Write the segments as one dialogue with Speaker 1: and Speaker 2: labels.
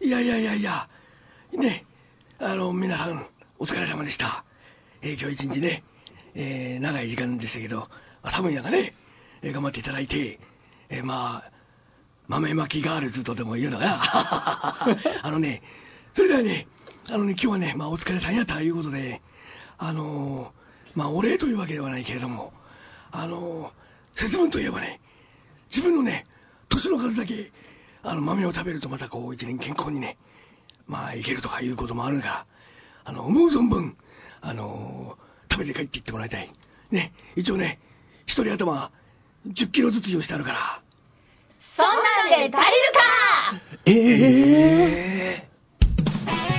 Speaker 1: いやいやいやいや、ね、あの、皆さん、お疲れ様でした。えー今日一日ね、えー長い時間でしたけど、寒い中ね、えー頑張っていただいて、えーまあ、豆まきガールズとでも言うのかな。あのね、それではね、あのね、今日はね、まあ、お疲れさんやということで、あのーまあ、お礼というわけではないけれども、あのー節分といえばね、自分のね、年の数だけ、あの、豆を食べるとまたこう、一年健康にね、まあ、いけるとかいうこともあるから、あの、思う存分、あのー食べて帰っていってもらいたい。ね、一応ね、一人頭、10キロずつ用意してあるから。
Speaker 2: そんなんで足りるか
Speaker 3: え
Speaker 1: え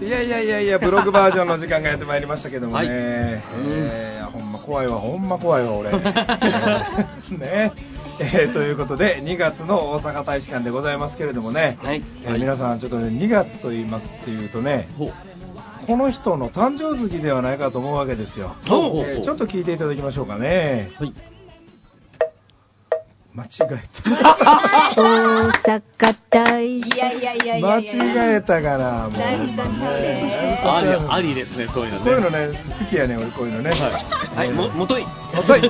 Speaker 3: いやいやいやいや、ブログバージョンの時間がやってまいりましたけどもね、
Speaker 4: はい
Speaker 3: えーほんま怖いわ、ほんま怖 いわ、俺。えーねえーということで、2月の大阪大使館でございますけれどもね、
Speaker 4: はい
Speaker 3: えー皆さん、ちょっとね、2月と言いますっていうとね、
Speaker 4: ほう
Speaker 3: この人の誕生月ではないかと思うわけですよ、え
Speaker 4: ほうほうほう
Speaker 3: ーちょっと聞いていただきましょうかね。
Speaker 4: はい
Speaker 3: 間違え
Speaker 5: 大阪大使
Speaker 2: いやいやいや
Speaker 3: た。
Speaker 2: いや
Speaker 3: 間
Speaker 2: いや
Speaker 3: 違えたかな、もう。
Speaker 2: だいぶ雑ちゃうで
Speaker 3: だいぶ雑ちゃ
Speaker 4: あ
Speaker 3: う
Speaker 4: り
Speaker 3: で
Speaker 4: ありですねそういうのね
Speaker 3: こういうのね、好きやね、俺、こういうのね。
Speaker 4: はい、はい、ももとい
Speaker 3: もとい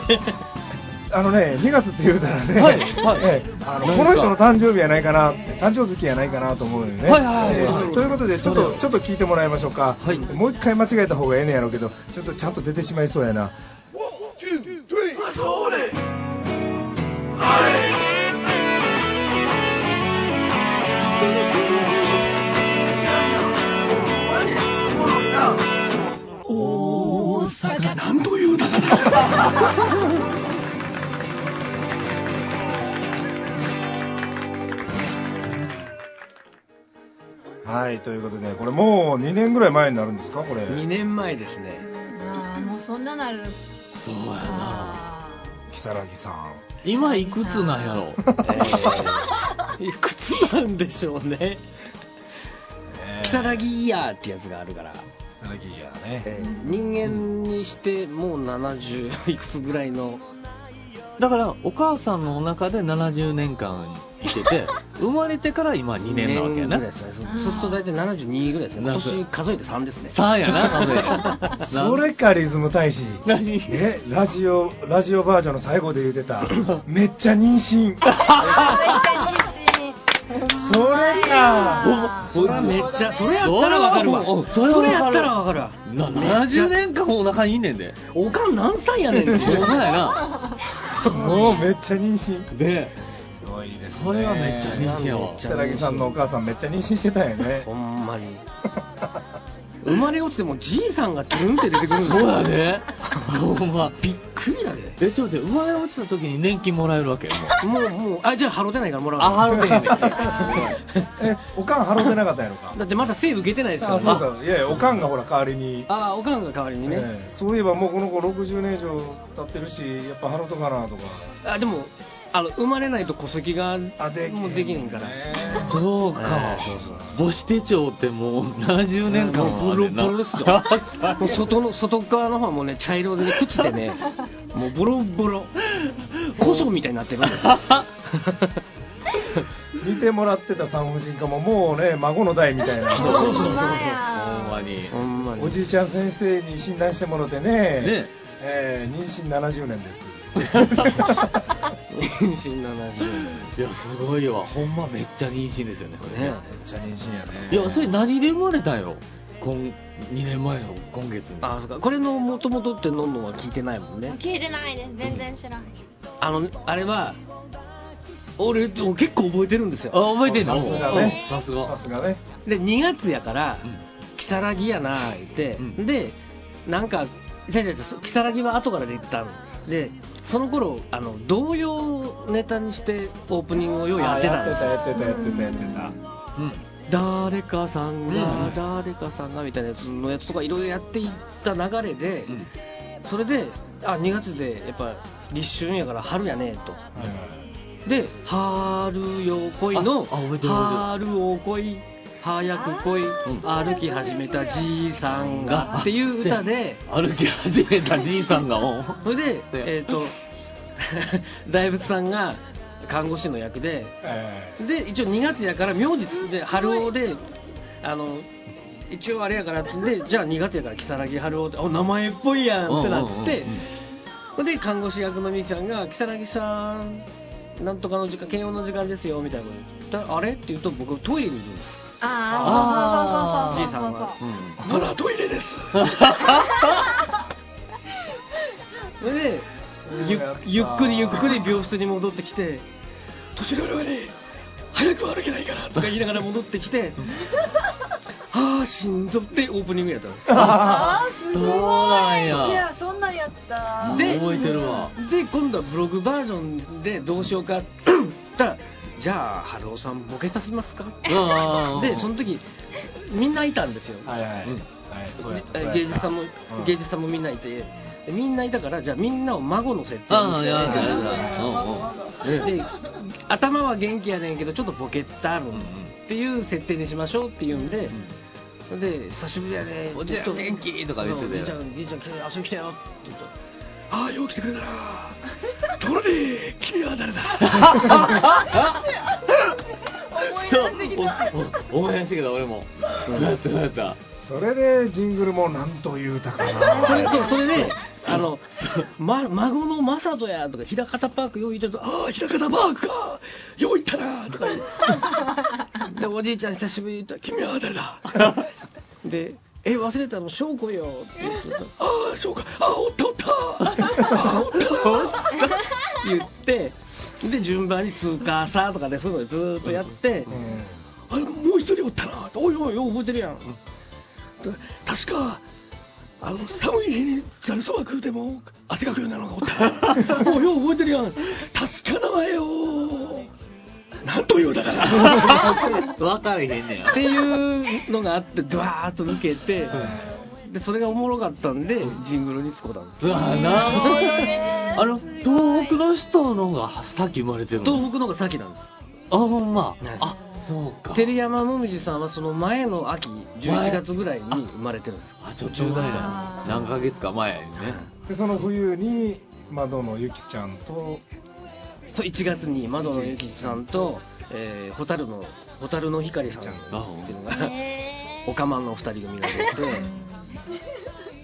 Speaker 3: あのね、2月って言うたらね、
Speaker 4: はいはい
Speaker 3: ええあの
Speaker 4: 何
Speaker 3: こ
Speaker 4: ですか
Speaker 3: の人の誕生日やないかなって、誕生月やないかなと思うよね。
Speaker 4: はいはいはい
Speaker 3: ええ
Speaker 4: はい
Speaker 3: ということで、ちょっ
Speaker 4: そう
Speaker 3: と
Speaker 4: だよ
Speaker 3: ちょっと聞いてもらいましょうか、
Speaker 4: はい
Speaker 3: もう一回間違えた方がええねやろうけど、ちょっとちゃんと出てしまいそうやな、
Speaker 1: ー、あ、それ大阪なんというだか
Speaker 3: はいということで、これもう2年ぐらい前になるんですか、これ、
Speaker 4: 2年前ですね
Speaker 2: あーもうそんななる
Speaker 4: そうやな
Speaker 2: か
Speaker 3: 如月さん、
Speaker 4: 今いくつなんやろ、えー、いくつなんでしょうね
Speaker 3: ええ
Speaker 4: 如月イヤーってやつがあるから、
Speaker 3: 如月やね、
Speaker 4: えー人間にしてもう70いくつぐらいの
Speaker 6: だからお母さんのお腹で70年間いて て生まれてから今2年なわけや
Speaker 4: ぐら
Speaker 6: ない
Speaker 4: ですねそうそうすると大体72ぐらいですね今年数えて3ですね
Speaker 6: 3やなま ず
Speaker 3: それか、リズム大使。
Speaker 6: 何
Speaker 3: えラジオラジオバージョンの最後で言うてためっちゃ妊娠それか
Speaker 4: それはめっちゃそれやったらわかる
Speaker 6: おお
Speaker 4: わ
Speaker 6: それは
Speaker 4: そ
Speaker 6: わか
Speaker 4: れ
Speaker 6: る
Speaker 4: やったらわかるわ
Speaker 6: な70年間お腹にいんねんで
Speaker 4: おかん何歳やねん
Speaker 6: ほ
Speaker 4: ね
Speaker 6: んまやな
Speaker 3: もうめっちゃ妊娠
Speaker 6: です
Speaker 3: ごいですね
Speaker 6: それはめっちゃ妊娠やわ
Speaker 3: 如月さんのお母さんめっちゃ妊娠してたんやね
Speaker 4: ほんまに生まれ落ちてもじいさんがトゥンって出てくるんです
Speaker 6: そう
Speaker 4: よ
Speaker 6: やねほんま
Speaker 4: びっくりだね
Speaker 6: えちょっと待って生まれ落ちた時に年金もらえるわけもう
Speaker 4: もうもうあじゃあハロ出ないからもらうわ
Speaker 6: あはるでいいね
Speaker 3: えおかん払ってなかったんやろ か
Speaker 4: だってまだ生受けてないですから
Speaker 3: あそうかいやいやおかんがほら代わりに
Speaker 4: ああおかんが代わりにね、
Speaker 3: ええそういえばもうこの子60年以上経ってるしやっぱ払うとかなとか
Speaker 4: あでもあの生まれないと戸籍が
Speaker 3: あできへん
Speaker 4: もうできへんから、
Speaker 6: そうか
Speaker 4: えーそう
Speaker 6: 母子手帳ってもう70年間
Speaker 4: もうボロボロ ですよもう外の外側の方はもうね茶色でね朽ちて ねもうボロボロこそみたいになってるん ですよ
Speaker 3: 見てもらってた産婦人科ももうね孫の代みたいな
Speaker 6: そうそうそ
Speaker 2: ほん
Speaker 6: うそうほ
Speaker 2: まや
Speaker 6: んまに
Speaker 4: ほんまに
Speaker 3: お じいちゃん先生に診断してもろてね
Speaker 6: ね
Speaker 3: えー妊娠70年です
Speaker 4: 妊娠70
Speaker 6: いやすごいわほんまめっちゃ妊娠ですよねそれ
Speaker 4: 年ね
Speaker 6: ね
Speaker 3: めっちゃ妊娠やね
Speaker 6: いやそれ何で生まれたんやろ今2年前の今月に
Speaker 4: あそうかこれの元々ってのんのんは聞いてないもんね
Speaker 7: 聞いてないです全然知らない
Speaker 4: あのあれは俺結構覚えてるんですよ
Speaker 6: あ覚えてんの
Speaker 3: さすがね
Speaker 6: うんさすが
Speaker 3: さすがね
Speaker 4: で2月やから
Speaker 6: うん
Speaker 4: 如月やな言って、
Speaker 6: うん
Speaker 4: でなんか違う違う違うそ如月は後からで行ったのでその頃あの童謡ネタにしてオープニングを用意やってたんですよ
Speaker 3: やってたやってたやってたやって
Speaker 6: うん
Speaker 4: 誰かさん
Speaker 6: うんう
Speaker 4: が
Speaker 6: ん
Speaker 4: 誰かさんがみたいなやつのやつとかいろいろやっていった流れで、
Speaker 6: うん
Speaker 4: それであ2月でやっぱ立春やから春やねと
Speaker 3: た
Speaker 4: で「春よ来い」
Speaker 6: ああ
Speaker 4: の
Speaker 6: 覚えてる覚
Speaker 4: 春を来い」早く来い歩き始めたじいさんがっていう歌で
Speaker 6: 歩き始めたじいさんがおう
Speaker 4: それで、え
Speaker 6: え
Speaker 4: っ、と、 大仏さんが看護師の役で、
Speaker 3: え
Speaker 4: で、一応2月やから名字つで、春尾で、あの、一応あれやからってんで、じゃあ2月やから如月春尾って、お名前っぽいやんってな
Speaker 6: うんうんうん
Speaker 4: っ
Speaker 6: うん
Speaker 4: て、ほんで、看護師役のみきさんが、如月さん、なんとかの時間、検温の時間ですよみたいなこと言ったらあれって言うと、僕、トイレにいるんです。
Speaker 2: ああ、そうそうそうそうそうそうそう。
Speaker 6: うん
Speaker 1: まだトイレです。
Speaker 4: それで
Speaker 3: そう
Speaker 4: ゆ
Speaker 3: やった
Speaker 4: ゆっくりゆっくり病室に戻ってきて
Speaker 1: 年寄りはね、早く歩けないから
Speaker 4: とか言いながら戻ってきて ああしんどってオープニングやったの
Speaker 8: あーすごい
Speaker 6: そうなんや
Speaker 8: いやそんなんやった
Speaker 4: で
Speaker 6: 覚えてるわ
Speaker 4: で今度はブログバージョンでどうしようかって言ったらじゃあ春尾さんボケさせますかでその時みんないたんですよ
Speaker 3: はいはい、
Speaker 6: うん
Speaker 3: はいそうやったそうやった
Speaker 4: 芸術さんも
Speaker 3: うん
Speaker 4: 芸術さんもみんないてでみんないたからじゃあみんなを孫の設定に
Speaker 6: あ
Speaker 4: し
Speaker 6: あ
Speaker 4: て
Speaker 6: やだやだうんうん
Speaker 4: で頭は元気やねんけどちょっとボケったるんっていう設定にしましょうっていうんで、で久しぶりやね
Speaker 6: おじいちゃん
Speaker 4: ょっ
Speaker 6: 元気とか言ってたよ
Speaker 4: そうおじいちゃんじいちゃん来て遊び来たよって言うと
Speaker 1: ああ、よう来てくれたな。ところで、君は 誰だ
Speaker 6: そうおお思い出してきた俺もそうやったそう やった
Speaker 3: それでジングルもなんという歌か
Speaker 4: それ
Speaker 3: な
Speaker 4: そうそれであの、ま、孫のマサトやとか平方パークよう言ってるとあ
Speaker 1: ああ、平方パークか。よう行ったな。 とか言って、
Speaker 4: でおじいちゃん久しぶりと
Speaker 1: 君は誰 だ。
Speaker 4: でえ忘れたの翔子よって言ってた
Speaker 1: ああ、そうか。ああ、おったお った。ああ、おったな。
Speaker 4: 言ってで順番に通過さとかでそういうのずーっとやって、
Speaker 1: あ
Speaker 3: うん
Speaker 1: もう一人おったな。
Speaker 4: おいおいよう覚えてるやん、
Speaker 1: 確か、あの寒い日にざるそば食うても汗かくようなのがおったな。
Speaker 4: おいよう覚えてるやん
Speaker 1: 確か名前を。なんというだから。
Speaker 6: 分かれへんねや
Speaker 4: っていうのがあってドワーッと抜けてでそれがおもろかったんでジングルに使ったんです
Speaker 6: そうや なあの東北の人の方がさっき生まれてるの
Speaker 4: 東北のが先なんです
Speaker 6: あほんま
Speaker 4: ね
Speaker 6: あそうか
Speaker 4: 照山もみじさんはその前の秋11月ぐらいに生まれてるんです
Speaker 6: あちょっと前や何ヶ月か前やね
Speaker 3: でその冬に窓のゆきちゃんと
Speaker 4: そう1月に窓のゆきさんと、えー、蛍の蛍の光さんっていうのが
Speaker 7: え
Speaker 4: おかまの2人組が出て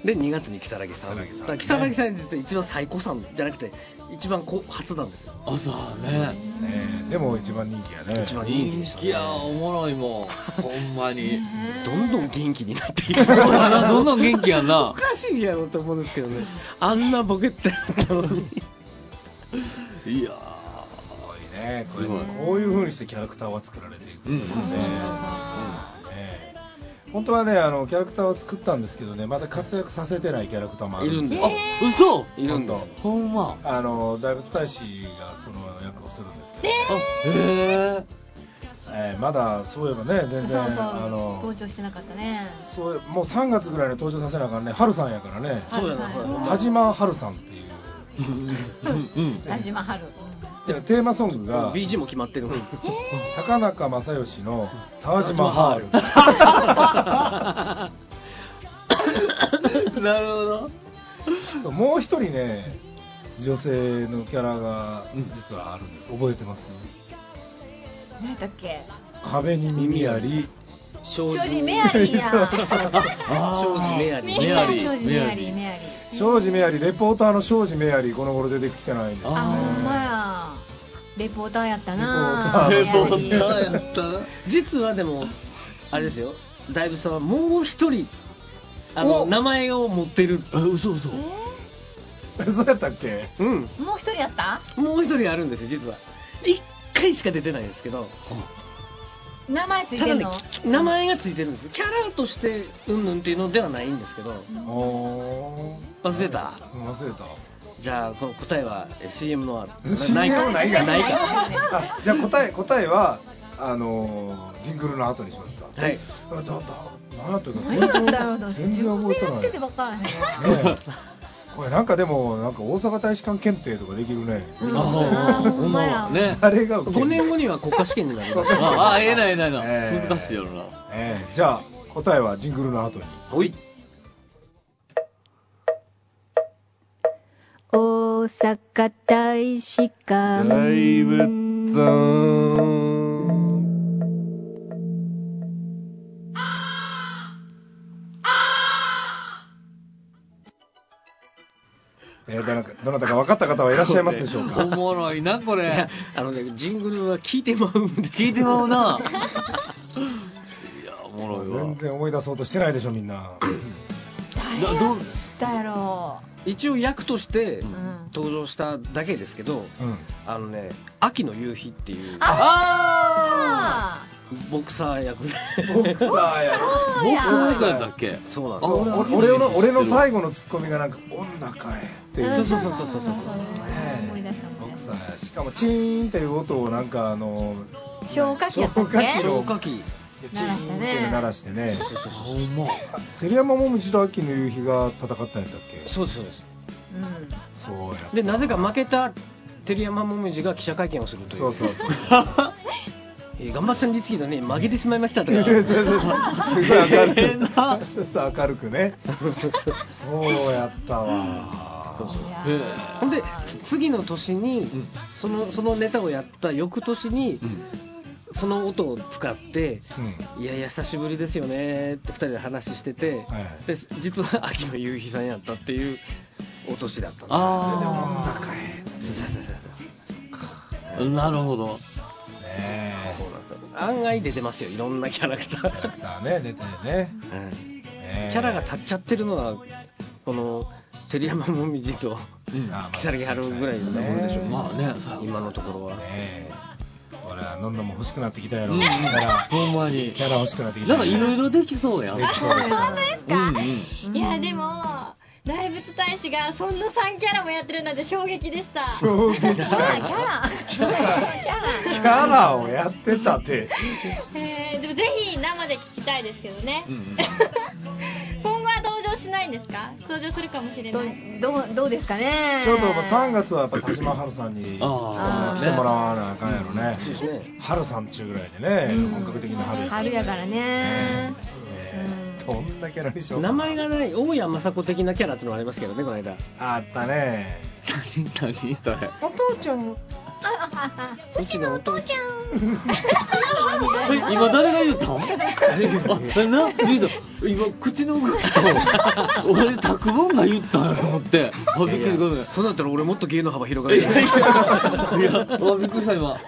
Speaker 4: で2月に如月さんだから如月さん実は一番最高さんじゃなくて一番こう初なんですよ
Speaker 6: あそうやね
Speaker 3: ねえでも一番人気やね
Speaker 4: 一番人気
Speaker 6: 人
Speaker 4: でした、
Speaker 6: 気
Speaker 4: ね、
Speaker 6: やおもろいもんほんま に
Speaker 4: どんどん元気になっていく
Speaker 6: そうやなどんどん元気やん
Speaker 4: お
Speaker 6: な
Speaker 4: かしいやろと思うんですけどねあんなボケってあったのに
Speaker 6: いや
Speaker 3: すごいねこれ
Speaker 6: すごい
Speaker 3: こういう風にしてキャラクターは作られていく
Speaker 6: ーうんうん
Speaker 3: ね本当はねあのキャラクターを作ったんですけどねまだ活躍させてないキャラクターもあるんです
Speaker 4: いる
Speaker 3: よ
Speaker 4: ん
Speaker 6: あ嘘
Speaker 4: いるんですよ
Speaker 6: ほんま
Speaker 3: あの大仏大使がその役をするんですけど、
Speaker 6: あへえ
Speaker 3: えーまだそういえばね全然
Speaker 2: そうそう
Speaker 3: あの
Speaker 2: 登場してなかったね。
Speaker 3: そういえばもう3月ぐらいに登場させなあかんね春さんやからね
Speaker 4: そうやなほらほんま
Speaker 3: 田島春さんっていう
Speaker 6: うん
Speaker 2: 田島春。
Speaker 3: いやテーマソングが
Speaker 4: BG も決まってるの
Speaker 3: 高中正義の「田島ハール」
Speaker 6: なるほど
Speaker 3: そうもう一人ね女性のキャラが実はあるんです、覚えてます
Speaker 2: 何だっけ。
Speaker 3: 壁に耳あり
Speaker 4: 正
Speaker 2: 正直メアリーや。
Speaker 6: あー
Speaker 4: 庄司メアリー
Speaker 6: メアリー
Speaker 2: 正直メアリーメアリー。
Speaker 3: 庄司メアリーレポーターの庄司メアリーこの頃出てきてないんですよ
Speaker 2: あ、
Speaker 6: あー
Speaker 2: ほんまや。レポーターやったな。
Speaker 3: レ
Speaker 6: え
Speaker 3: ポ
Speaker 6: そ
Speaker 3: ー
Speaker 6: う
Speaker 3: ター
Speaker 6: だ
Speaker 2: メアリー
Speaker 6: やったな
Speaker 4: 実はでもあれですよ大仏さんはもう一人あの
Speaker 3: お
Speaker 4: 名前を持ってる
Speaker 6: あ嘘嘘
Speaker 3: そうやったっけ
Speaker 4: うん
Speaker 2: もう一人やった？
Speaker 4: もう一人あるんですよ実は一回しか出てないんですけど
Speaker 2: 名前つい
Speaker 4: た
Speaker 2: て
Speaker 4: だ
Speaker 2: ん
Speaker 4: ね
Speaker 2: の？
Speaker 4: 名前がついてるんですキャラとしてうんぬんっていうのではないんですけど
Speaker 3: お
Speaker 4: 忘れた
Speaker 3: ー忘れた
Speaker 4: じゃあこの答えはえ CM のは
Speaker 3: CM は ないやん
Speaker 4: ないか
Speaker 3: あじゃあ答え答えはあのージングルの後にしますか
Speaker 4: はい
Speaker 3: あだだ何やったっけ
Speaker 2: 何やったんだろうと。
Speaker 3: 全然覚えてない
Speaker 2: やってて分からへんわ。
Speaker 3: ねえこれなんかでもなんか大阪大使館検定とかできるね
Speaker 2: うん
Speaker 6: あそう
Speaker 2: あーほんまや
Speaker 6: ね
Speaker 3: 誰が受け
Speaker 4: 5
Speaker 3: る
Speaker 4: 年後には国家試験になります
Speaker 3: 国家試験
Speaker 6: ああ、ええな、ええな、ええな
Speaker 3: ええ
Speaker 6: 難しいやろな。
Speaker 3: ええじゃあ答えはジングルの後に
Speaker 4: おい
Speaker 5: 大阪大使館
Speaker 9: 大仏さん。
Speaker 3: えーどなどなたか分かった方はいらっしゃいますでしょう
Speaker 6: お
Speaker 3: か
Speaker 6: もろいな、これ。
Speaker 4: あのねジングルは聞いてまうんです
Speaker 6: 聞いてまうな。いや、おもろいわ。
Speaker 3: 全然思い出そうとしてないでしょみんな
Speaker 6: だどん
Speaker 2: だやろ
Speaker 4: 一応役として
Speaker 2: う、うん、
Speaker 4: 登場しただけですけど
Speaker 3: うん
Speaker 4: あのね秋の夕日っていう
Speaker 6: あ
Speaker 2: あ
Speaker 4: ボクサー役で
Speaker 3: ボクサーや
Speaker 2: あ
Speaker 6: あ
Speaker 2: そう
Speaker 6: 僕
Speaker 2: や
Speaker 6: そうなんだっけ
Speaker 4: そうなんです
Speaker 3: そう
Speaker 4: よ
Speaker 6: あ
Speaker 3: 俺俺の俺の最後のツッコミがなんか「女かえ」っていう
Speaker 4: そうそうそうそうそうそう
Speaker 2: 思い出した
Speaker 3: ボ
Speaker 2: 思い出
Speaker 3: ク
Speaker 2: し
Speaker 3: サーやしかもチーンっていう音をなんかあの
Speaker 2: た消火器やったっ
Speaker 3: 消
Speaker 2: け
Speaker 3: 火器
Speaker 4: 消火器
Speaker 3: チーンっていうの鳴らしてね
Speaker 4: そうそう
Speaker 6: あ
Speaker 4: そう
Speaker 6: ほんま。
Speaker 3: あ照山ももちと秋の夕日が戦ったんやったっけ
Speaker 4: そうですそうです
Speaker 2: うん
Speaker 3: そうや
Speaker 4: でなぜか負けた照山もみじが記者会見をするという
Speaker 3: そうそうそう
Speaker 4: えー頑張ったんですけどね負けてしまいました とか
Speaker 3: すごい明るくそうそう明るくねそうやったわ
Speaker 6: そうそう
Speaker 2: いや。
Speaker 6: え
Speaker 4: ほんでつ次の年に、
Speaker 6: ん
Speaker 4: そのそのネタをやった翌年に
Speaker 6: えうん
Speaker 4: その音を使って
Speaker 3: うん
Speaker 4: いやいや久しぶりですよねって2人で話してて、
Speaker 3: はい
Speaker 4: で実は秋の夕日さんやったっていう落としだったんで
Speaker 6: あ
Speaker 3: 高いね
Speaker 6: あ、なるほど。
Speaker 3: え
Speaker 4: そうなんですよ案外出てますよいろんなキャラク タ
Speaker 3: キャラク
Speaker 4: ー、
Speaker 3: ターね出てね
Speaker 4: はい
Speaker 3: ね
Speaker 4: キャラが立っちゃってるのはこの照山もみじと
Speaker 6: うん。
Speaker 3: あまあ
Speaker 4: 如月春ぐらいのところでしょう
Speaker 6: まあね、さ
Speaker 4: 今のところは、
Speaker 3: ねえほらどんどんも欲しくなってきたやろ
Speaker 6: うん
Speaker 3: キャラ
Speaker 6: ほんまに
Speaker 3: キ。ャラ欲しくなってきた
Speaker 6: なんかいろいろできそうやん。う
Speaker 3: できそうです
Speaker 6: んうん。
Speaker 2: うん
Speaker 7: いやでも大仏大使がそんな3キャラもやってるなんて衝撃でした
Speaker 3: 衝撃
Speaker 2: キャラキャラ
Speaker 3: キャラをやってたって
Speaker 7: えーでもぜひ生で聞きたいですけどね、
Speaker 6: うんうん
Speaker 7: 今後は登場しないんですか登場するかもしれない
Speaker 2: どどうどうですかね
Speaker 3: ちょうど3月はやっぱ田島春さんに来ても
Speaker 6: あ
Speaker 2: ー
Speaker 3: らわなあかんやろね
Speaker 4: そうですね
Speaker 3: 春さん中ぐらいでね、
Speaker 2: うん
Speaker 3: 本格的な春
Speaker 2: 春やからね
Speaker 3: ねえどんなキャラにしようか
Speaker 4: 名
Speaker 3: な
Speaker 4: 前がない大谷雅子的なキャラってのがありますけどねこの間
Speaker 3: あったね
Speaker 6: 何何それ。
Speaker 2: お父ちゃんあああうちのお父ちゃん
Speaker 6: え今誰が言うたんあえな言うた今口の動きと俺たくぼんが言ったんやと思ってあびっくりごめんい
Speaker 4: そうなったら俺もっと芸の幅広が る
Speaker 6: やあびっくりした今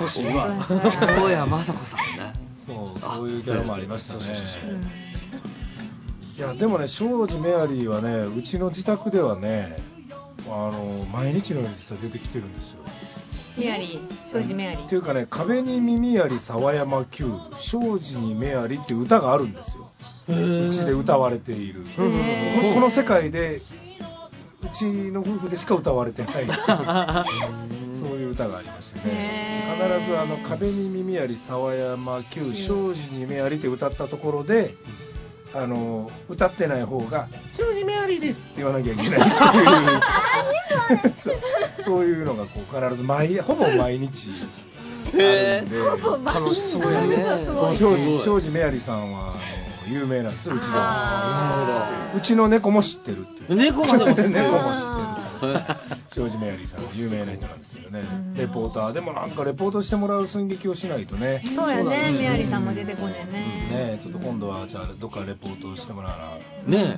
Speaker 4: 欲しい わ
Speaker 2: そうそう
Speaker 6: 大谷雅子さんね
Speaker 3: そうそういうキャラもありましたね
Speaker 2: うん
Speaker 3: いやでもね庄司メアリーはねうちの自宅ではねあの毎日のように実は出てきてるんですよ
Speaker 2: メアリー庄司メアリ
Speaker 3: っていうかね壁に耳あり沢山九庄司にメアリーっていう歌があるんですようちで歌われているこ
Speaker 2: ー
Speaker 3: この世界でうちの夫婦でしか歌われてないそういう歌がありましてね
Speaker 2: へー
Speaker 3: 必ずあの「壁に耳あり沢山九庄司にメアリ」って歌ったところであの歌ってない方が「庄司メアリです」って言わなきゃいけないっていうそうそういうのがこう必ず毎ほぼ毎日あるんで
Speaker 4: 楽しそうやね
Speaker 2: すごい
Speaker 3: 庄司庄司メアリさんはあの有名なんですようちで
Speaker 2: あーなる
Speaker 3: うちの猫も知ってるっていう
Speaker 6: 猫までも知ってる
Speaker 3: 猫 も知ってる庄司メアリーさん有名な人なんですけどね
Speaker 2: うん
Speaker 3: レポーターでもなんかレポートしてもらう寸劇をしないとね
Speaker 2: そうやねメアリーさんも出てこんねんね
Speaker 3: ねちょっと今度はじゃあどっかレポートしてもらわな
Speaker 6: ね
Speaker 2: うんうんうん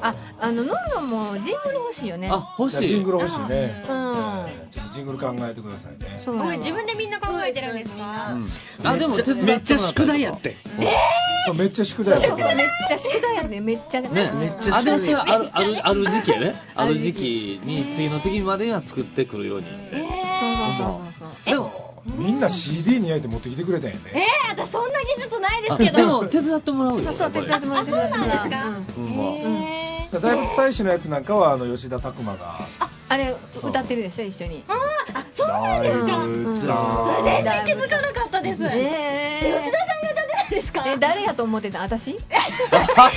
Speaker 2: ああのノンノンもジングル欲しいよね
Speaker 6: あ欲
Speaker 3: いや
Speaker 6: し
Speaker 3: ジン
Speaker 6: い
Speaker 3: グル欲しいね
Speaker 2: うん
Speaker 3: ええちょっとジングル考えてくださいね
Speaker 2: そうや
Speaker 7: お
Speaker 2: わ
Speaker 7: い自分でみんな考えてるんですか
Speaker 6: うん
Speaker 4: あでもめっちゃ宿題やって
Speaker 3: そうめっちゃ宿題やった
Speaker 2: めっちゃ宿題やねめっちゃね
Speaker 6: ね
Speaker 2: うん
Speaker 4: めっちゃ
Speaker 6: あでもそれはあるあるある時期やねあ
Speaker 2: ある
Speaker 6: る
Speaker 2: 時
Speaker 6: 時
Speaker 2: 期
Speaker 6: 期に次の時までには作ってくるようにって
Speaker 2: そうそうそうそう
Speaker 6: でも
Speaker 3: みんな CD に焼いて持ってきてくれたんや
Speaker 7: え
Speaker 3: ね
Speaker 7: ー、私そんな技術ないですけ
Speaker 6: あ
Speaker 7: ど
Speaker 6: でも手伝ってもらうよ
Speaker 2: そうそう手伝ってもらう手伝ってもらううん
Speaker 6: うんまあ
Speaker 7: えー
Speaker 3: 大仏大使のやつなんかはあの吉田拓磨が
Speaker 2: あれ歌ってるでしょ一緒に
Speaker 7: あそうなん
Speaker 3: 大
Speaker 7: ですか
Speaker 3: 仏
Speaker 2: うん
Speaker 3: さん
Speaker 7: 全然気づかなかったです、
Speaker 2: ねえ
Speaker 7: 吉田さんが歌ってたんですか
Speaker 2: え誰やと思ってた私
Speaker 3: あ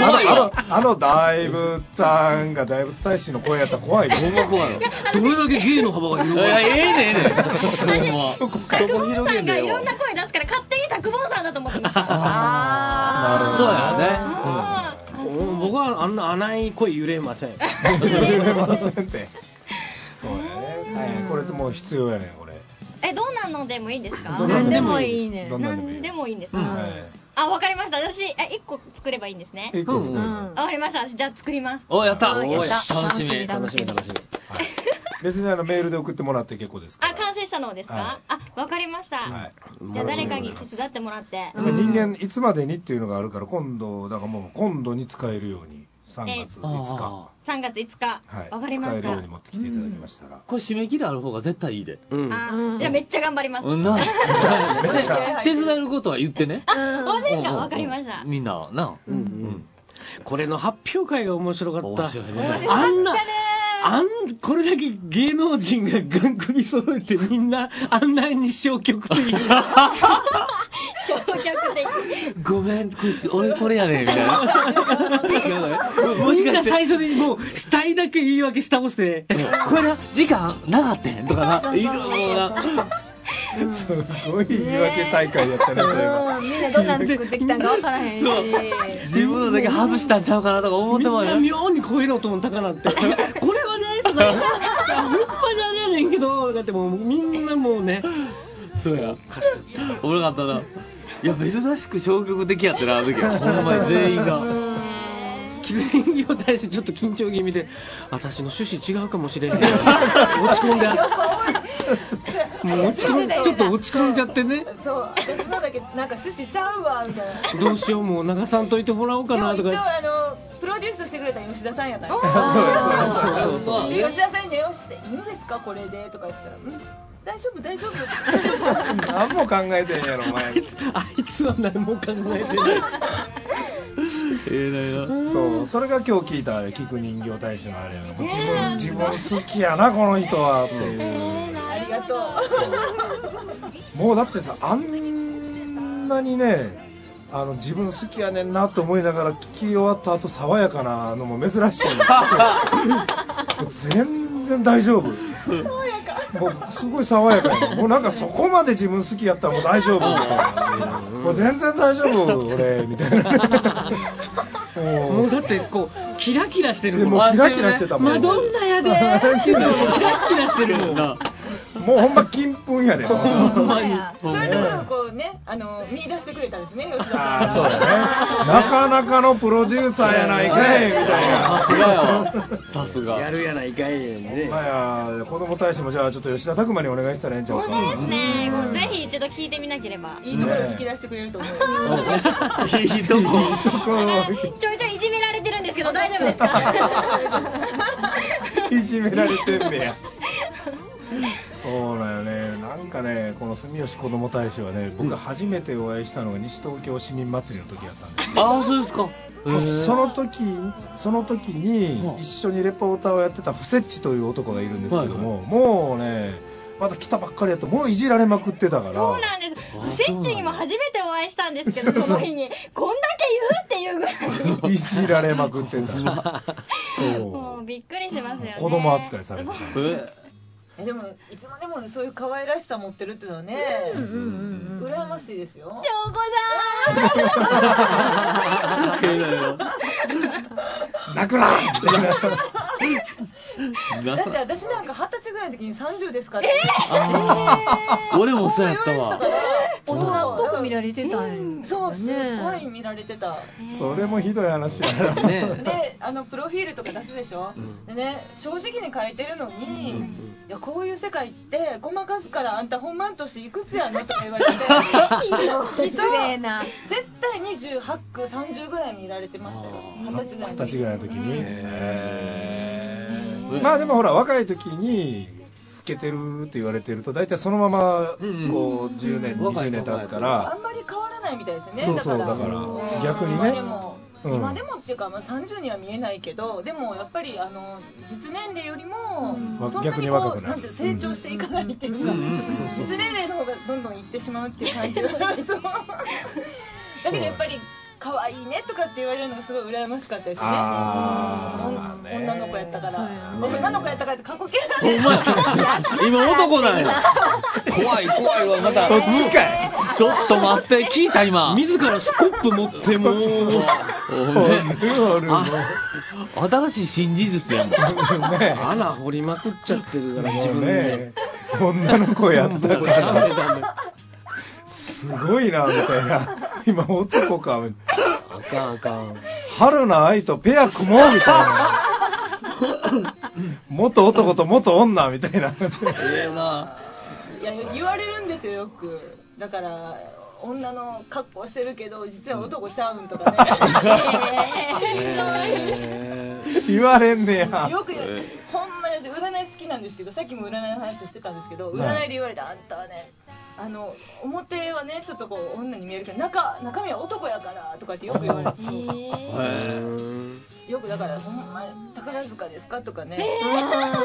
Speaker 3: のあのあの大仏さんが大仏大使の声やったら怖い
Speaker 6: ほんま怖いわ
Speaker 4: どれだけ芸の幅が
Speaker 6: い
Speaker 4: 広が
Speaker 6: や
Speaker 4: る
Speaker 6: ええねんええねんほんまそこ
Speaker 7: タクボン
Speaker 6: 広
Speaker 7: さ
Speaker 6: げ
Speaker 7: ん
Speaker 6: ん
Speaker 7: が
Speaker 6: で
Speaker 7: いろ
Speaker 6: よ
Speaker 7: んな声出すから勝手にタクボンさんだと思ってました
Speaker 2: あ
Speaker 3: なるほ
Speaker 6: そう
Speaker 3: ど
Speaker 6: やね
Speaker 7: あー
Speaker 4: うん僕はあんな穴い声揺れません
Speaker 3: 揺れませんってそうやね大変これってもう必要やねこれ
Speaker 7: えどんなのでもいいんですか
Speaker 4: どんな
Speaker 2: 何
Speaker 4: の
Speaker 2: でもいいね
Speaker 3: どんなんでもいい
Speaker 7: で
Speaker 3: よ
Speaker 7: もいいんです
Speaker 4: うん
Speaker 7: か
Speaker 3: は
Speaker 7: あわかりました私え一個作ればいいんですね
Speaker 3: いいいことですね
Speaker 2: うん
Speaker 7: わかりましたじゃあ作ります
Speaker 6: おやった
Speaker 2: うん
Speaker 6: おい
Speaker 2: やった
Speaker 6: 楽しみ
Speaker 2: 楽しみ楽しみ
Speaker 3: はい別にあのメールで送ってもらって結構ですか
Speaker 7: あ
Speaker 3: ら
Speaker 7: 完成したのですか、
Speaker 3: はい
Speaker 7: あわかりました、
Speaker 3: はい
Speaker 7: じゃあ誰かに手伝ってもらって、
Speaker 2: うん
Speaker 3: 人間いつまでにっていうのがあるから今度だからもう今度に使えるように3月5日
Speaker 6: あ
Speaker 7: 3月5日、
Speaker 3: はい
Speaker 7: わかりま
Speaker 3: 使え
Speaker 7: し
Speaker 3: る
Speaker 7: た
Speaker 3: ように持ってきていただきましたら
Speaker 6: ーこれ締め切りある方が絶対いいで
Speaker 4: うん
Speaker 7: あ、
Speaker 2: うん
Speaker 7: じゃあめっちゃ頑張ります、
Speaker 6: うんな
Speaker 3: めっち ゃ
Speaker 6: 手伝えることは言ってね
Speaker 7: 本当ですか
Speaker 6: うんうんうん
Speaker 7: わかりました
Speaker 6: みんなな
Speaker 4: うんうんこれの発表会が面白かった
Speaker 6: 面白いね
Speaker 2: 面白
Speaker 4: あん
Speaker 2: か
Speaker 4: な
Speaker 2: ったね
Speaker 4: あんこれだけ芸能人がガン首揃えてみんなあんなに消極的
Speaker 7: 消極的
Speaker 6: ごめんこいつ俺これやねんみたいなやばいも
Speaker 4: み
Speaker 6: し
Speaker 4: ん
Speaker 6: か
Speaker 4: な
Speaker 6: して
Speaker 4: 最初にもう死体だけ言い訳したもして
Speaker 6: これな時間なかったんとかな
Speaker 2: そう
Speaker 6: い
Speaker 2: そう
Speaker 6: ろ
Speaker 2: そう
Speaker 6: いろな
Speaker 3: すごい言い訳大会やったねそういえば
Speaker 2: うんみんなどんなん作ってきたんかわからへんし
Speaker 6: 自分のだけ外したんちゃうかなとか思っ
Speaker 4: み
Speaker 6: て
Speaker 4: ん
Speaker 6: も
Speaker 4: な
Speaker 6: らうね
Speaker 4: 妙に声のトーン高なってこれはねとかほんまにあれやねんけどだってもうみんなもうね
Speaker 6: そうやおもろかったないや珍しく消極的やってなあの時はほんまに全員が
Speaker 4: 気分業大使ちょっと緊張気味で私の趣旨違うかもし れない落ち込んでもう落ち込んちょっと落ち込んじゃってね
Speaker 8: そう私のだけなんか趣旨ちゃうわみたいな
Speaker 4: どうしようもう流さんといてもらおう かな
Speaker 8: で
Speaker 4: と
Speaker 8: も一応
Speaker 4: か
Speaker 8: あのプロデュースしてくれた吉田さんやから
Speaker 3: そうそうそう
Speaker 4: そうそう
Speaker 8: で吉田さんに電話して「いいんですかこれで」とか言ったら「うん大丈夫大丈夫」って
Speaker 3: 何も考えてんやろお前
Speaker 4: あいつは何も考えてない
Speaker 6: ええな
Speaker 3: そうそれが今日聞いたあれ聞く人形大使のあれやなもう自分自分好きやなこの人はっていう
Speaker 8: ありがとう
Speaker 3: もうだってさあんなにねあの自分好きやねんなと思いながら聞き終わった後爽やかなのも珍しいの全然大丈夫もうすごい爽やかやねもうなんかそこまで自分好きやったらもう大丈夫みたいなもう全然大丈夫俺みたいな
Speaker 4: も
Speaker 3: も
Speaker 4: うだってこうキラキラしてる
Speaker 3: でも
Speaker 4: も
Speaker 3: うんキラキラしてたもん
Speaker 4: マドンナや でーキラキラしてるもんな
Speaker 3: もうほんま金粉やで
Speaker 4: ほんまに
Speaker 8: そういうところをこうねあの見出してくれたんですね吉田さんが
Speaker 3: ああそうだねなかなかのプロデューサーやないかいみたいな
Speaker 6: さすがやわさすが
Speaker 4: やるやないかいね
Speaker 3: まあや子供大使もじゃあちょっと吉田拓磨にお願いしたらええんちゃう
Speaker 7: 本
Speaker 3: か
Speaker 7: 当ですねもうぜひ一度聞いてみなければ
Speaker 8: いいところ引き出してくれると思う
Speaker 6: いいとこ
Speaker 3: そこ
Speaker 7: ちょいちょいいじめられてるんですけど大丈夫ですか
Speaker 3: いじめられて んねやそうだよねなんかねこの住吉子供大使はね僕初めてお会いしたのが西東京市民祭りの時やったんです
Speaker 6: ああそうですかえ
Speaker 3: もう
Speaker 6: ー
Speaker 3: その時その時に一緒にレポーターをやってたフセッチという男がいるんですけども、もうねまだ来たばっかりやともういじられまくってたから
Speaker 7: そうなんです
Speaker 6: あ
Speaker 7: 不セッチにも初めてお会いしたんですけどその日にこんだけ言うっていうぐらい
Speaker 3: いじられまくってた そ
Speaker 7: もうびっくりしますよね
Speaker 3: う子供扱いされてた
Speaker 6: え
Speaker 8: えでもいつまでもねそういう可愛らしさ持ってるっていうのはね羨ましいですよ
Speaker 7: 証拠だー
Speaker 6: え なよ
Speaker 3: 泣くなみたいな
Speaker 8: だ
Speaker 6: な
Speaker 8: って私なんか二十歳ぐらいの時に30ですかって、
Speaker 6: あー俺もそうやったわ
Speaker 8: 大
Speaker 2: 大
Speaker 8: 人
Speaker 2: 人っぽく見ら
Speaker 8: れ
Speaker 2: れてたんや
Speaker 8: そうすっごい
Speaker 2: ね
Speaker 8: 見られてた
Speaker 3: それもひどい話やな
Speaker 6: ね
Speaker 8: であのプロフィールとか出すでしょ、でね正直に書いてるのに、いやこういう世界ってごまかすからあんたほんまん年いくつやのとか言わ れて
Speaker 2: 失礼な
Speaker 8: 絶対28区30ぐらいにいられてましたよ二十歳ぐらい
Speaker 3: 二
Speaker 8: の
Speaker 3: 十歳
Speaker 8: 時
Speaker 3: ぐらいの時にへーまあでもほら若い時に老けてるって言われてると大体そのまま
Speaker 6: うんうん
Speaker 3: こう10年
Speaker 6: 若い
Speaker 3: 20年経つか
Speaker 8: あ
Speaker 3: ら
Speaker 8: んまり変わらないみたいですよね
Speaker 3: そうそうだ
Speaker 8: だか
Speaker 3: からら逆に
Speaker 8: 今
Speaker 3: ね
Speaker 8: でも
Speaker 3: うん
Speaker 8: 今でもっていうか、まあ、30には見えないけどでもやっぱりあの実年齢よりも、
Speaker 3: うん
Speaker 8: そんな
Speaker 3: 逆
Speaker 8: に
Speaker 3: に
Speaker 8: こ
Speaker 3: 若
Speaker 8: う
Speaker 3: くなる
Speaker 8: なんていう成長していかないっていうか、実年齢の方がどんどんいってしまうっていう感 じがそうだけどやっぱり可愛いねとかって言われるのがすごい羨ましかったですね
Speaker 3: あー
Speaker 8: うん女の子やったから、
Speaker 3: そうやね
Speaker 8: 女の子やったからって過去形
Speaker 4: ほんまや今男なんや怖い怖いわまた
Speaker 3: そっちかい
Speaker 6: ちょっと待って、聞いた今。
Speaker 4: 自らスコップ持ってもう
Speaker 6: おね
Speaker 3: おるおる
Speaker 6: 新しい新事実やもん。
Speaker 4: 穴掘りまくっちゃってるから自
Speaker 3: もう
Speaker 4: 分
Speaker 3: ね
Speaker 4: で。
Speaker 3: 女の子やったか
Speaker 4: ダメ
Speaker 3: ら
Speaker 4: ダメ
Speaker 3: すごいなみたいな今男か
Speaker 4: あかんあかん
Speaker 3: 春の愛とペア組もうみたいな元男と元女みたいな
Speaker 6: ええな。
Speaker 8: いや言われるんですよよくだから女の格好してるけど実は男ちゃうんとか
Speaker 4: え
Speaker 3: 言われんねや
Speaker 8: ね よく言うほんまに私占い好きなんですけどさっきも占いの話してたんですけど
Speaker 3: うん
Speaker 8: 占いで言われたあんたはねあの表はねちょっとこう女に見えるけど中中身は男やからとかってよく言われ る
Speaker 4: ー
Speaker 8: よくだからほんま宝塚ですかとかね、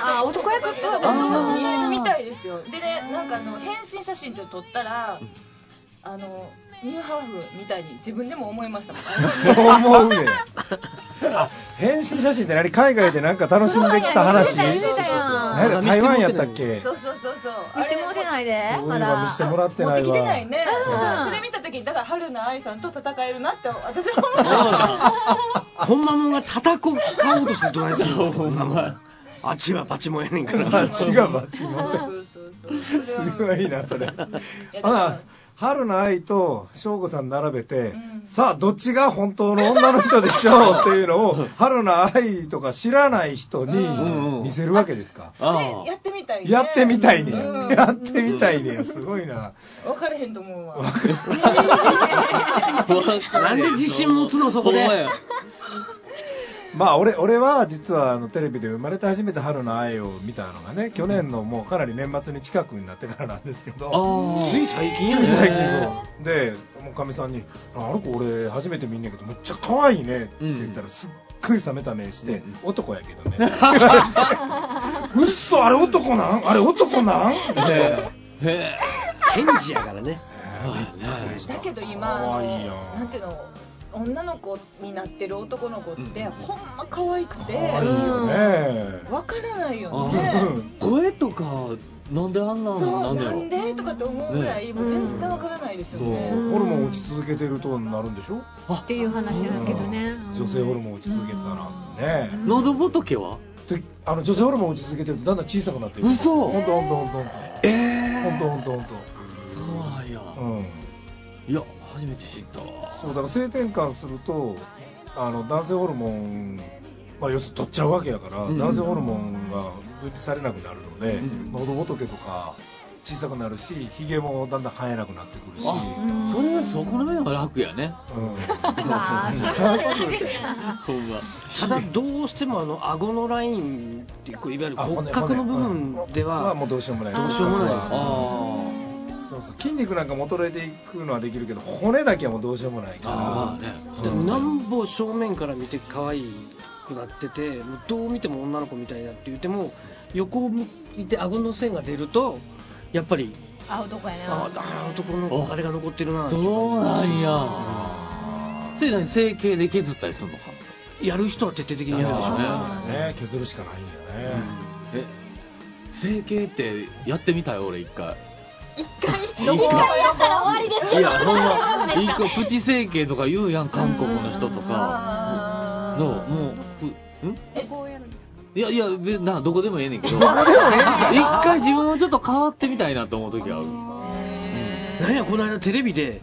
Speaker 2: あ、男役ってわけ
Speaker 8: 男見えるみたいですよでねなんかあの変身写真ちょっと撮ったらあのニューハーフみたいに自分でも思いましたも ん
Speaker 3: 思うねんあ変身写真って何海外でなんか楽しんできた話
Speaker 2: そうや言うてたやん
Speaker 3: 何や台湾やったっけ
Speaker 8: そうそうそうそう
Speaker 2: 見してもうて
Speaker 8: い
Speaker 2: ないで
Speaker 3: そういえ
Speaker 2: ま
Speaker 3: ば
Speaker 2: だ
Speaker 3: 見せてもらって
Speaker 8: 持っ
Speaker 3: な
Speaker 8: て
Speaker 3: い
Speaker 8: き
Speaker 3: わ
Speaker 8: てないね
Speaker 2: うん
Speaker 8: そうそれ見た時だから春菜愛さんと戦えるなって私は思っ
Speaker 4: ほんまもんが叩こう買おうとしてどないするんですかほんまもんあっちはパチモンやねんから
Speaker 3: バチがバチ
Speaker 8: た
Speaker 3: も
Speaker 8: そうそうそうそう
Speaker 3: す
Speaker 8: それは
Speaker 3: ごいなそれ
Speaker 8: や
Speaker 3: あら春の愛と省吾さん並べて、
Speaker 8: うん
Speaker 3: さあどっちが本当の女の人でしょうっていうのを 春の愛とか知らない人
Speaker 6: んう
Speaker 3: に
Speaker 6: ん
Speaker 3: 見せるわけですか、
Speaker 8: それやってみたいね
Speaker 3: やってみたいね、
Speaker 8: うん
Speaker 3: やってみたいね、すごいな
Speaker 8: 分かれへんと思うわ
Speaker 4: なんで自信持つのそこで
Speaker 6: ほんまや
Speaker 3: まあ俺俺は実はあのテレビで生まれて初めて春の愛を見たのがね去年のもうかなり年末に近くになってからなんですけど
Speaker 4: つい最近や
Speaker 3: つ
Speaker 4: ね
Speaker 3: い最近そうでもうかみさんに「ああの子俺初めて見んねんけどむっちゃ可愛いね」って言ったらすっごい冷めた目して、男やけどねうっそあれ男なんあれ男なんって
Speaker 6: へ
Speaker 4: 返事やからね
Speaker 8: だけど今あ
Speaker 3: 可
Speaker 8: の
Speaker 3: 愛いやん
Speaker 8: なんていうの女の子になってる男の子って、ほんま可愛くて
Speaker 3: 可愛いよね、
Speaker 8: わからないよ
Speaker 3: う
Speaker 8: ね
Speaker 3: ん
Speaker 6: え。声とか、なんであんな
Speaker 8: そ
Speaker 6: のなん
Speaker 8: う
Speaker 6: だ
Speaker 8: な
Speaker 6: ろ
Speaker 8: ん。でとかって思うぐらい、もう全然わからないですよね
Speaker 3: ホルモン落ち続けてるとなるんでしょ
Speaker 2: っていう話やけどね
Speaker 3: 女性ホルモン落ち続けてたらね
Speaker 6: 喉仏は
Speaker 3: であの女性ホルモン落ち続けてるとだんだん小さくなっていくんですよ
Speaker 6: 嘘
Speaker 3: ほんとほんとほんとほんと
Speaker 6: え
Speaker 3: ほんと
Speaker 6: え。
Speaker 3: ほんとほんと
Speaker 6: そうなんや。
Speaker 3: うん
Speaker 6: いや、初めて知ったわ。
Speaker 3: そうだから性転換するとあの男性ホルモン、まあ、要するに取っちゃうわけやから、
Speaker 6: うん
Speaker 3: 男性ホルモンが分泌されなくなるので、喉仏とか小さくなるしひげもだんだん生えなくなってくるし、
Speaker 6: あそれはそこの面が楽やね。
Speaker 3: う
Speaker 2: まあ
Speaker 6: ほんま。
Speaker 4: ただどうしてもあの顎のラインっていうこういわゆる
Speaker 3: ん、あ
Speaker 4: 骨格の部分で
Speaker 3: まあ
Speaker 4: は
Speaker 3: もうどうしようもない
Speaker 4: どうしようもないですね
Speaker 6: あ
Speaker 3: そうそう筋肉なんかも衰えていくのはできるけど骨だけはもうどうしようもない
Speaker 6: あ。あ
Speaker 3: か
Speaker 6: あね。
Speaker 3: ら、
Speaker 4: で
Speaker 3: うん
Speaker 4: なんぼ正面から見て可愛くなっててもうどう見ても女の子みたいだって言っても横を向いて顎の線が出るとやっぱり
Speaker 2: あ男や
Speaker 4: あ
Speaker 2: な
Speaker 4: あ男の子あれが残ってるなって
Speaker 6: そうなんや。それ何整形で削ったりするのかな。
Speaker 4: やる人は徹底的にやるでしょ
Speaker 3: そう
Speaker 4: う
Speaker 6: あ
Speaker 4: ね
Speaker 6: ー
Speaker 3: だね削るしかないんだよね、
Speaker 6: え整形ってやってみたい俺一回
Speaker 7: 一回やったら終わりです
Speaker 6: い
Speaker 7: けど
Speaker 6: やほんま一回プチ整形とか言うやん韓国の人とか
Speaker 8: あ
Speaker 6: どうもううん
Speaker 7: えこうやるんです
Speaker 6: いやいやべなどこでもええねんけど 一回自分もちょっと変わってみたいなと思う時ある
Speaker 4: なんやこの間テレビで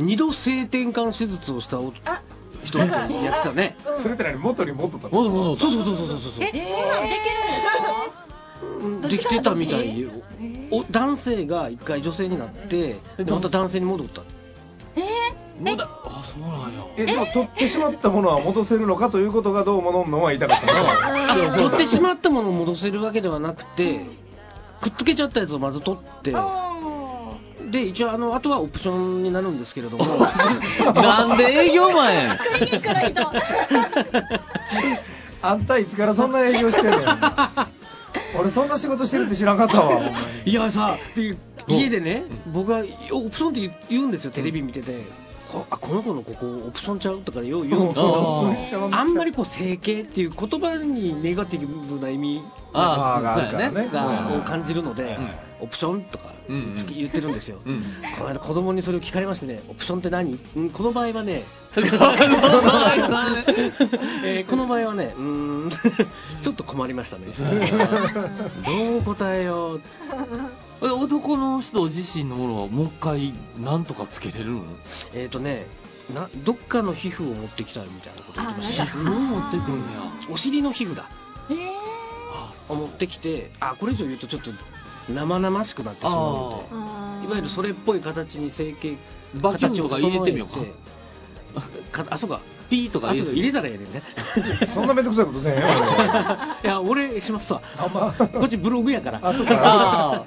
Speaker 4: 二度性転換手術をしたお
Speaker 8: あ
Speaker 4: 人々にやってたね
Speaker 8: うん
Speaker 3: それって何元に戻ったの
Speaker 6: もともと
Speaker 4: そうそうそうそうそうそう
Speaker 7: えそんなん
Speaker 4: う
Speaker 7: でき
Speaker 4: んできてたみたいよお男性が一回女性になってでまた男性に戻った
Speaker 7: るんですか
Speaker 6: もだあそうなんや
Speaker 3: えでも取ってしまったものは戻せるのかということがどうものんのんは言いたかったな
Speaker 4: 取ってしまったものを戻せるわけではなくてくっつけちゃったやつをまず取って
Speaker 7: えー、おー
Speaker 4: で一応あのあとはオプションになるんですけれども
Speaker 6: なんで営業マンやん
Speaker 7: クリニック の人。
Speaker 3: あんたいつからそんな営業してん のよ俺そんな仕事してるって知らんかったわほんまに
Speaker 4: いやさで家でね僕はオプションって言う言うんですよテレビ見てて。こあこの子のここオプションちゃうとかよう言うんですけ
Speaker 3: う
Speaker 4: ど
Speaker 3: んそう
Speaker 4: あんまりこう整形っていう言葉にネガティブな意味
Speaker 3: あー
Speaker 6: あ
Speaker 3: がある
Speaker 6: そう
Speaker 3: から
Speaker 6: や
Speaker 3: ね
Speaker 6: ね
Speaker 4: が
Speaker 3: うん
Speaker 4: を感じるので、オプションとか
Speaker 6: うんうん
Speaker 4: つき言ってるんですよ、
Speaker 6: うん
Speaker 4: この間子供にそれを聞かれましてねオプションって何、うん、この場合はね えーこの場合はねうーん ちょっと困りましたねどう答えよう
Speaker 6: え男の人自身のものはもう一回なんとかつけれるの
Speaker 4: えっ、ー、とねなどっかの皮膚を持ってきたみたいなこと言ってまし
Speaker 6: 皮
Speaker 4: たね
Speaker 6: 膚を持ってくるんや
Speaker 4: お尻の皮膚だ
Speaker 7: えー
Speaker 6: あそ
Speaker 4: を持ってきてあこれ以上言うとちょっと生々しくなってしまうのでいわゆるそれっぽい形に整形
Speaker 6: うバキュンとか入れてみようか
Speaker 4: 形を整えてか あそうか
Speaker 6: ピーとか
Speaker 4: あ
Speaker 6: 入
Speaker 4: と
Speaker 6: れ
Speaker 4: で
Speaker 6: て
Speaker 4: 入れたらええねんね
Speaker 3: そんな面倒くさいことせんよ俺
Speaker 4: いや 俺しますわ
Speaker 3: あんま
Speaker 4: こっちブログやから
Speaker 3: あそう か
Speaker 6: あ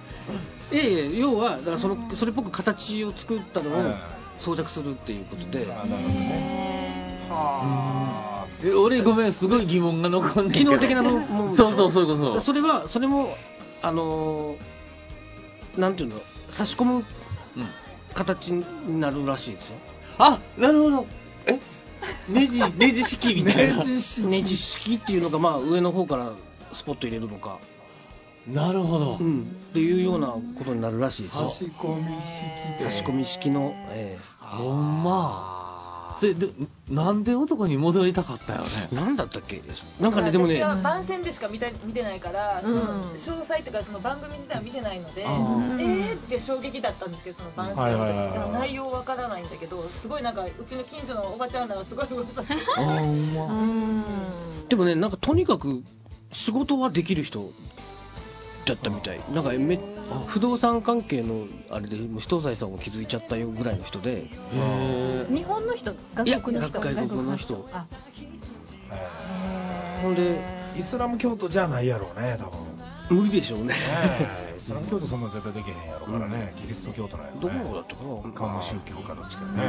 Speaker 4: いやいや要はだからそのそれっぽく形を作ったのを装着するっていうことで
Speaker 3: あなるほどねはあ
Speaker 6: ーえ俺ごめんすごい疑問が残んねんけ
Speaker 4: 機
Speaker 6: ど
Speaker 4: 能的なもものでしょ
Speaker 6: そうそうそういうこと
Speaker 4: それはそれもあのーなんていうの差し込む
Speaker 6: うん
Speaker 4: 形になるらしいですよ
Speaker 6: あなるほどえネ ジネジ式みたいな
Speaker 3: 明治式
Speaker 4: ネジ式っていうのがまあ上の方からスポット入れるのか、
Speaker 6: なるほど、
Speaker 4: うん、っていうようなことになるらしいです
Speaker 3: 差
Speaker 4: よ
Speaker 3: し込み式で
Speaker 4: 差し込み式の、え
Speaker 6: ほんまそれでなんで男に戻りたかったよね
Speaker 4: えなんだったっけなんかねでも
Speaker 8: 私
Speaker 4: ね
Speaker 8: は番宣でしか見た見てないから、その
Speaker 2: うん
Speaker 8: 詳細とかその番組自体は見てないので、
Speaker 6: あー
Speaker 8: えーって衝撃だったんですけど、その番宣とか、
Speaker 3: はいはいはいはい
Speaker 8: だから内容わからないんだけど、すごいなんか、うちの近所のおばちゃんらがすごい噂して
Speaker 6: あほん
Speaker 2: う
Speaker 6: ま
Speaker 2: ん
Speaker 4: でもねなんかとにかく仕事はできる人だったみたいなんかめ不動産関係のあれでもう非東西さんを気づいちゃったよぐらいの人で
Speaker 6: へえ
Speaker 2: 日本の人
Speaker 4: いや
Speaker 2: 外国の人
Speaker 4: 外国の人
Speaker 2: あ
Speaker 3: え
Speaker 4: ほんで
Speaker 3: ーイスラム教徒じゃないやろうね多分
Speaker 4: 無理でしょうね
Speaker 3: ねイスラム教徒そんな絶対できへんやろうからねキリスト教徒なんや
Speaker 4: ど
Speaker 3: ろ
Speaker 4: こだ
Speaker 3: ね
Speaker 4: ったかな
Speaker 3: 顔の宗教かどっちかね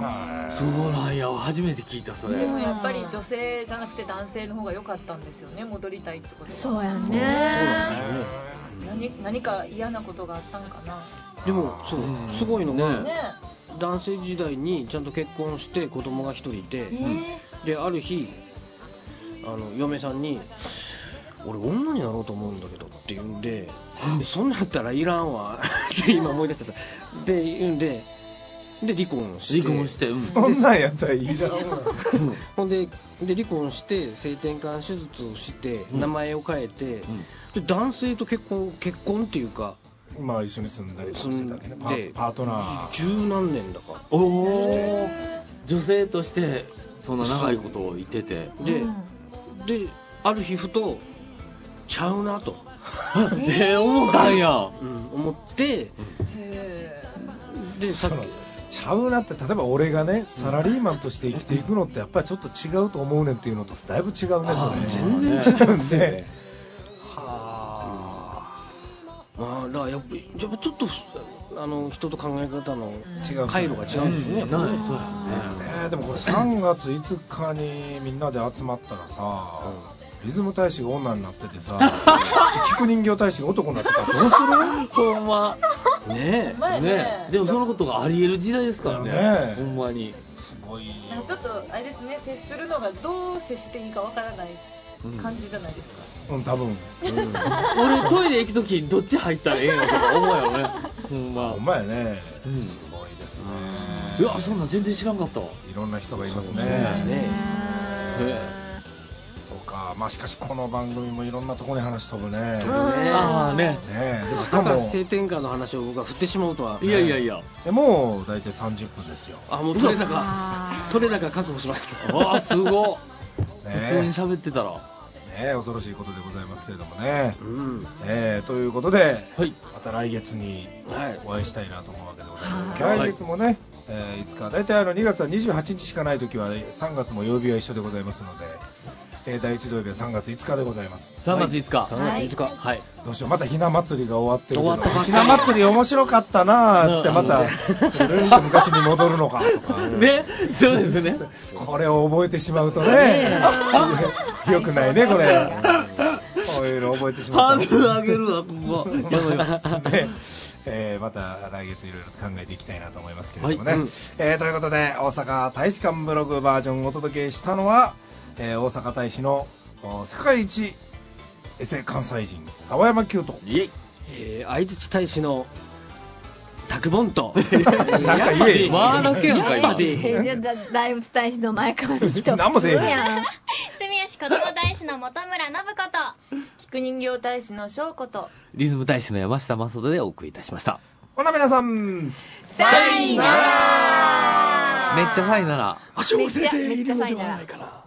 Speaker 3: はい
Speaker 6: そうなんや初めて聞いたそれ
Speaker 8: でもやっぱり女性じゃなくて男性の方が良かったんですよね、戻りたいってことは
Speaker 2: そうや
Speaker 4: そうなんで
Speaker 2: ね
Speaker 4: すよね
Speaker 8: 何何か嫌なことがあったんかな、
Speaker 4: でもそう
Speaker 6: うん
Speaker 4: すごいのが、
Speaker 8: ね、
Speaker 4: 男性時代にちゃんと結婚して子供が一人いて、である日あの嫁さんに「俺女になろうと思うんだけど」って言うんで「そんなんやったらいらんわ」 って今思い出しちゃったで言うんでで離婚して
Speaker 6: 離婚して、うん、
Speaker 3: そんなんやったらいらんわ
Speaker 4: ほんでで離婚して性転換手術をして
Speaker 6: ん
Speaker 4: 名前を変えて、で男性と結婚結婚っていうか
Speaker 3: まあ一緒に住んだりとかしてたりねパ
Speaker 4: で
Speaker 3: ーパートナー
Speaker 4: 十何年だか
Speaker 6: おお女性としてそんな長いことをいてて
Speaker 4: で、である日ふとちゃうなと、
Speaker 6: ええ思ったんや
Speaker 4: うん思ってでさっ
Speaker 3: そ
Speaker 4: き
Speaker 3: のちゃうなって例えば俺がねサラリーマンとして生きていくのってやっぱりちょっと違うと思うねんっていうのとだいぶ違うねそ
Speaker 6: あ
Speaker 3: れ
Speaker 6: 全然
Speaker 3: 違うん
Speaker 4: すよね
Speaker 3: ね
Speaker 4: ま
Speaker 3: は
Speaker 4: あだからやっぱりやっぱちょっとあの人と考え方の
Speaker 3: 違う
Speaker 4: 回路が違
Speaker 6: な
Speaker 4: うんんですよね、
Speaker 6: ないそう
Speaker 3: あ
Speaker 6: やね
Speaker 3: ねえでもこれ3月5日にみんなで集まったらさリズム大使が女になってて さ菊人形大使が男になってたらどうする
Speaker 6: ほんま
Speaker 4: ねえ
Speaker 8: 前ね
Speaker 6: ねでもそのことがあり得る時代ですから
Speaker 3: だよね
Speaker 6: ねほんまに
Speaker 3: すごい
Speaker 8: なんかちょっとあれですね接するのがどう接していいかわからない感じじゃないですか、
Speaker 3: うん多 分、うん、
Speaker 6: 俺トイレ行く時どっち入ったらええのとか思うよねほんま
Speaker 3: ほんまやねす
Speaker 6: うん
Speaker 3: ごいですね
Speaker 6: いやそんなん全然知らんかったわ
Speaker 3: いろんな人がいます
Speaker 4: ね
Speaker 3: ね
Speaker 4: え
Speaker 3: そうかまあしかしこの番組もいろんなところに話飛ぶね
Speaker 6: ああね
Speaker 3: ねえでし
Speaker 4: だ
Speaker 3: か
Speaker 4: から
Speaker 3: も
Speaker 4: 性転換の話を僕は振ってしまうとはい
Speaker 6: やいやいや
Speaker 3: えもう大体30分ですよ、
Speaker 4: あもう取れ高取れ高確保しました
Speaker 6: わあすごっ
Speaker 3: ね
Speaker 6: 普通に喋ってたらは
Speaker 3: ねえ恐ろしいことでございますけれどもね、
Speaker 4: うん
Speaker 3: ええということで
Speaker 6: い
Speaker 3: また来月に
Speaker 4: はい
Speaker 3: お会いしたいなと思うわけでございます、
Speaker 6: はい
Speaker 3: 来月もね、えーいつか大体あの2月は28日しかない時は3月も曜日は一緒でございますのでえー第1土曜日は3月5日でございます
Speaker 6: 3月5日
Speaker 2: はい
Speaker 4: 3月5日はい
Speaker 3: どうしようまたひな祭りが終わってるけど
Speaker 4: 終わったばっか
Speaker 3: ひ
Speaker 4: り
Speaker 3: な祭り面白かったなーっつって
Speaker 4: うん
Speaker 3: またうんと昔に戻るのかとか
Speaker 6: ね そうですね
Speaker 3: これを覚えてしまうと ねよくないねこれこういうの覚えてしま
Speaker 6: ハ
Speaker 3: う
Speaker 6: ー
Speaker 3: と
Speaker 6: ドル上げるわここやばいわ
Speaker 3: ねえーまた来月いろいろと考えていきたいなと思いますけれどもね、
Speaker 6: はいうん
Speaker 3: えーということで大阪大使館ブログバージョンをお届けしたのは、えー大阪大使のお世界一エセ関西人沢山久斗
Speaker 6: イエイ
Speaker 4: えー相槌大使のタクボンと
Speaker 3: なんか言えよ
Speaker 6: まあだけやんか
Speaker 4: やっぱ
Speaker 6: 今
Speaker 4: り
Speaker 2: えじゃあだ大仏大使の前川の人
Speaker 3: 何もせえへん
Speaker 2: やん
Speaker 7: 住吉子供大使の本村信子と
Speaker 8: 菊人形大使の翔子と
Speaker 6: リズム大使の山下正人でお送りいたしました
Speaker 3: ほな皆さん
Speaker 2: さいなら
Speaker 6: めっちゃさいなら
Speaker 1: 足を忘れ
Speaker 2: め
Speaker 1: て
Speaker 2: っ
Speaker 1: い
Speaker 2: ちゃ
Speaker 1: る
Speaker 2: め
Speaker 1: の
Speaker 2: っ
Speaker 1: で
Speaker 2: ちゃサイナ
Speaker 1: は
Speaker 2: ラ
Speaker 1: ないかな。